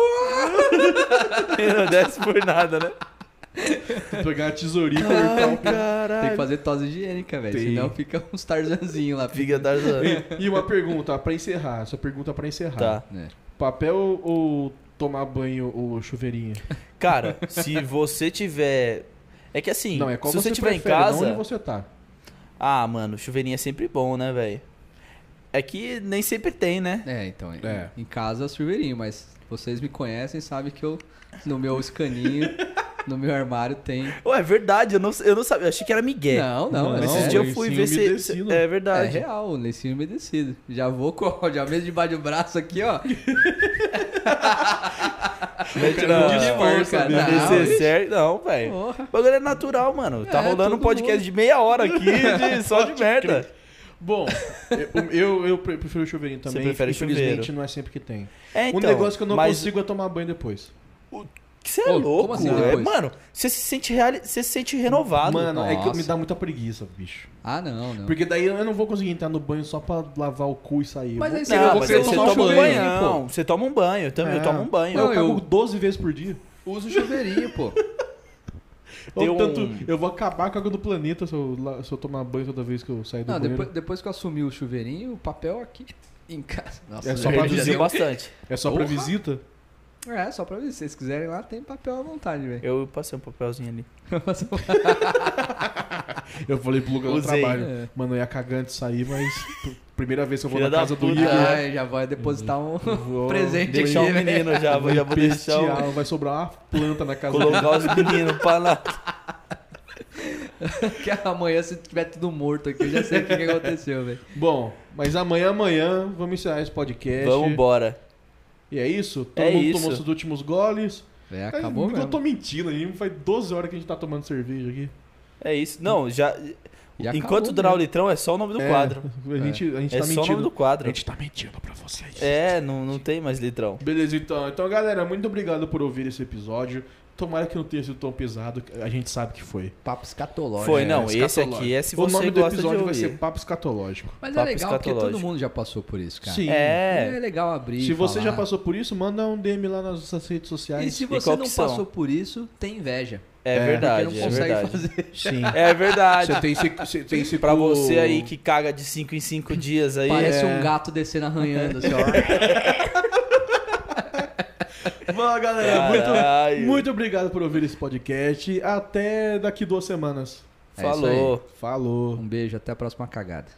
[SPEAKER 3] Ele não desce por nada, né? Então,
[SPEAKER 1] Pegar uma tesourinha e cortar um
[SPEAKER 2] Tem que
[SPEAKER 3] Caralho.
[SPEAKER 2] fazer tosse higiênica, velho.
[SPEAKER 1] Tem.
[SPEAKER 2] Senão fica uns Tarzanzinhos lá.
[SPEAKER 3] Fica Tarzan.
[SPEAKER 1] E uma pergunta pra encerrar. Essa pergunta pra encerrar.
[SPEAKER 3] Tá.
[SPEAKER 2] É.
[SPEAKER 1] Papel ou tomar banho ou chuveirinha?
[SPEAKER 3] Cara, se você tiver. É que assim,
[SPEAKER 1] não, é qual
[SPEAKER 3] se você,
[SPEAKER 1] você
[SPEAKER 3] tiver em
[SPEAKER 1] prefere, não
[SPEAKER 3] casa.
[SPEAKER 1] onde você tá.
[SPEAKER 3] Ah, mano, chuveirinho é sempre bom, né, velho? É que nem sempre tem, né?
[SPEAKER 2] É, então, em-
[SPEAKER 1] É.
[SPEAKER 2] em casa chuveirinho, mas vocês me conhecem, sabem que eu, no meu escaninho, no meu armário tem...
[SPEAKER 3] Ué, é verdade, eu não, eu não sabia. Eu achei que era Miguel.
[SPEAKER 2] Não, não, não.
[SPEAKER 1] Mas
[SPEAKER 3] Esses
[SPEAKER 2] é,
[SPEAKER 1] esse
[SPEAKER 3] dias eu fui
[SPEAKER 1] lencinho
[SPEAKER 3] ver se.
[SPEAKER 1] umedecido.
[SPEAKER 3] se- É
[SPEAKER 2] é
[SPEAKER 3] verdade.
[SPEAKER 2] real, um lencinho umedecido. Já vou com já mesmo debaixo do braço aqui, ó.
[SPEAKER 3] Mete
[SPEAKER 1] Não,
[SPEAKER 3] na-
[SPEAKER 1] disfarça,
[SPEAKER 2] cara,
[SPEAKER 1] né?
[SPEAKER 2] não.
[SPEAKER 3] necessário. é Não, velho.
[SPEAKER 2] Porra.
[SPEAKER 3] O bagulho é natural, mano. Tá
[SPEAKER 2] É,
[SPEAKER 3] rolando um
[SPEAKER 2] todo
[SPEAKER 3] podcast
[SPEAKER 2] mundo.
[SPEAKER 3] de meia hora aqui, de- só de merda.
[SPEAKER 1] Bom, eu, eu, eu pre- prefiro chuveirinho também.
[SPEAKER 3] prefere
[SPEAKER 1] Infelizmente,
[SPEAKER 3] chuveiro.
[SPEAKER 1] não é sempre que tem.
[SPEAKER 3] É, então,
[SPEAKER 1] um negócio que eu não
[SPEAKER 3] mas-
[SPEAKER 1] consigo é tomar banho depois.
[SPEAKER 3] Que você é
[SPEAKER 2] Ô, como
[SPEAKER 3] louco,
[SPEAKER 2] assim,
[SPEAKER 3] é,
[SPEAKER 2] depois?
[SPEAKER 3] mano. Você se sente real, você se sente renovado.
[SPEAKER 1] Mano, é que
[SPEAKER 2] Nossa.
[SPEAKER 1] me dá muita preguiça, bicho.
[SPEAKER 2] Ah, não, não.
[SPEAKER 1] Porque daí eu não vou conseguir entrar no banho só pra lavar o cu e sair.
[SPEAKER 2] Mas
[SPEAKER 1] eu
[SPEAKER 2] aí
[SPEAKER 1] vou-
[SPEAKER 2] você-
[SPEAKER 1] eu
[SPEAKER 3] não,
[SPEAKER 1] vou
[SPEAKER 3] mas
[SPEAKER 1] querer
[SPEAKER 3] aí você
[SPEAKER 1] tomar um
[SPEAKER 3] toma um
[SPEAKER 1] chuveirinho,
[SPEAKER 3] banho. Você toma um banho, eu também
[SPEAKER 1] É.
[SPEAKER 3] eu tomo um banho.
[SPEAKER 1] Eu,
[SPEAKER 2] Não,
[SPEAKER 1] cago
[SPEAKER 2] eu-
[SPEAKER 1] 12 vezes por dia.
[SPEAKER 2] Usa o chuveirinho, pô.
[SPEAKER 3] Tem
[SPEAKER 1] Ou
[SPEAKER 3] um-
[SPEAKER 1] tanto, Eu vou acabar com a água do planeta se eu, la- se eu tomar banho toda vez que eu sair do
[SPEAKER 2] Não,
[SPEAKER 1] banheiro.
[SPEAKER 2] depois, depois que eu assumi o chuveirinho, o papel aqui em casa. Nossa,
[SPEAKER 1] É só
[SPEAKER 2] já-
[SPEAKER 1] pra
[SPEAKER 2] já
[SPEAKER 1] dizer
[SPEAKER 3] Reduziu
[SPEAKER 2] deu-
[SPEAKER 3] bastante.
[SPEAKER 1] É só pra
[SPEAKER 2] Porra.
[SPEAKER 1] visita?
[SPEAKER 2] É, só pra ver. Se vocês quiserem lá, tem papel à vontade, velho.
[SPEAKER 3] Eu passei um papelzinho ali.
[SPEAKER 1] Eu falei pro Lucas no
[SPEAKER 3] Usei.
[SPEAKER 1] trabalho.
[SPEAKER 2] É.
[SPEAKER 1] Mano, eu ia cagante sair, mas pr- primeira vez que eu vou
[SPEAKER 3] Filha
[SPEAKER 1] na
[SPEAKER 3] da
[SPEAKER 1] casa do
[SPEAKER 3] puta.
[SPEAKER 1] Igor.
[SPEAKER 2] Ah, já vai depositar um
[SPEAKER 1] eu vou
[SPEAKER 2] presente aqui, né?
[SPEAKER 3] Deixar o
[SPEAKER 2] velho.
[SPEAKER 3] menino já, vou, já vou deixar um-
[SPEAKER 1] bestial,
[SPEAKER 3] o...
[SPEAKER 1] Vai sobrar uma planta na casa dele.
[SPEAKER 3] Colocar os meninos pra lá.
[SPEAKER 2] Que amanhã, se tiver tudo morto aqui, eu já sei o que, que aconteceu, velho.
[SPEAKER 1] Bom, mas amanhã, amanhã, vamos encerrar esse podcast.
[SPEAKER 3] Vamos embora.
[SPEAKER 1] E é isso? Todo
[SPEAKER 3] É
[SPEAKER 1] mundo
[SPEAKER 3] isso.
[SPEAKER 1] tomou seus últimos goles.
[SPEAKER 2] É, acabou
[SPEAKER 1] eu,
[SPEAKER 2] mesmo.
[SPEAKER 1] tô mentindo aí. Faz 12 horas que a gente tá tomando cerveja aqui.
[SPEAKER 3] É isso. Não, já.
[SPEAKER 2] E acabou,
[SPEAKER 3] enquanto durar o
[SPEAKER 2] né?
[SPEAKER 3] litrão, é só o nome do
[SPEAKER 1] É,
[SPEAKER 3] quadro.
[SPEAKER 1] A gente, a gente
[SPEAKER 3] É
[SPEAKER 1] tá
[SPEAKER 3] só o nome do
[SPEAKER 1] mentindo. A
[SPEAKER 3] quadro.
[SPEAKER 1] gente tá mentindo pra vocês.
[SPEAKER 3] É, não, não tem mais litrão.
[SPEAKER 1] Beleza, então. Então, galera, muito obrigado por ouvir esse episódio. Tomara que não tenha sido tão pesado. A gente sabe que foi.
[SPEAKER 2] Papo escatológico.
[SPEAKER 1] é,
[SPEAKER 3] Foi, não. Esse
[SPEAKER 1] escatológico.
[SPEAKER 3] aqui é se
[SPEAKER 1] o
[SPEAKER 3] você
[SPEAKER 1] nome do
[SPEAKER 3] gosta de
[SPEAKER 1] episódio vai ser
[SPEAKER 3] ouvir.
[SPEAKER 1] Papo Escatológico.
[SPEAKER 2] Mas é
[SPEAKER 3] Papo
[SPEAKER 2] legal porque todo
[SPEAKER 3] escatológico.
[SPEAKER 2] mundo já passou por isso, cara.
[SPEAKER 1] Sim.
[SPEAKER 2] É
[SPEAKER 3] É.
[SPEAKER 2] legal abrir.
[SPEAKER 1] Se você
[SPEAKER 2] falar.
[SPEAKER 1] já passou por isso, manda um DM lá nas nossas redes
[SPEAKER 2] E
[SPEAKER 1] sociais.
[SPEAKER 2] se
[SPEAKER 3] qual
[SPEAKER 2] você não
[SPEAKER 3] que são?
[SPEAKER 2] passou por isso, tem inveja.
[SPEAKER 3] É,
[SPEAKER 1] É,
[SPEAKER 2] Porque
[SPEAKER 3] verdade.
[SPEAKER 2] não
[SPEAKER 3] é
[SPEAKER 2] consegue
[SPEAKER 3] verdade.
[SPEAKER 2] fazer.
[SPEAKER 1] Sim.
[SPEAKER 3] É verdade.
[SPEAKER 1] Você tem esse, você tipo tem esse
[SPEAKER 3] Pra
[SPEAKER 1] cu-
[SPEAKER 3] você aí que caga de 5 em 5 dias aí.
[SPEAKER 2] Parece
[SPEAKER 1] é.
[SPEAKER 2] um gato descendo arranhando, assim, ó.
[SPEAKER 1] Bom, galera, É muito,
[SPEAKER 3] Caralho.
[SPEAKER 1] muito obrigado por ouvir esse podcast. Até daqui duas semanas.
[SPEAKER 2] É isso aí.
[SPEAKER 3] Falou.
[SPEAKER 1] Falou.
[SPEAKER 2] Um beijo, até a próxima cagada.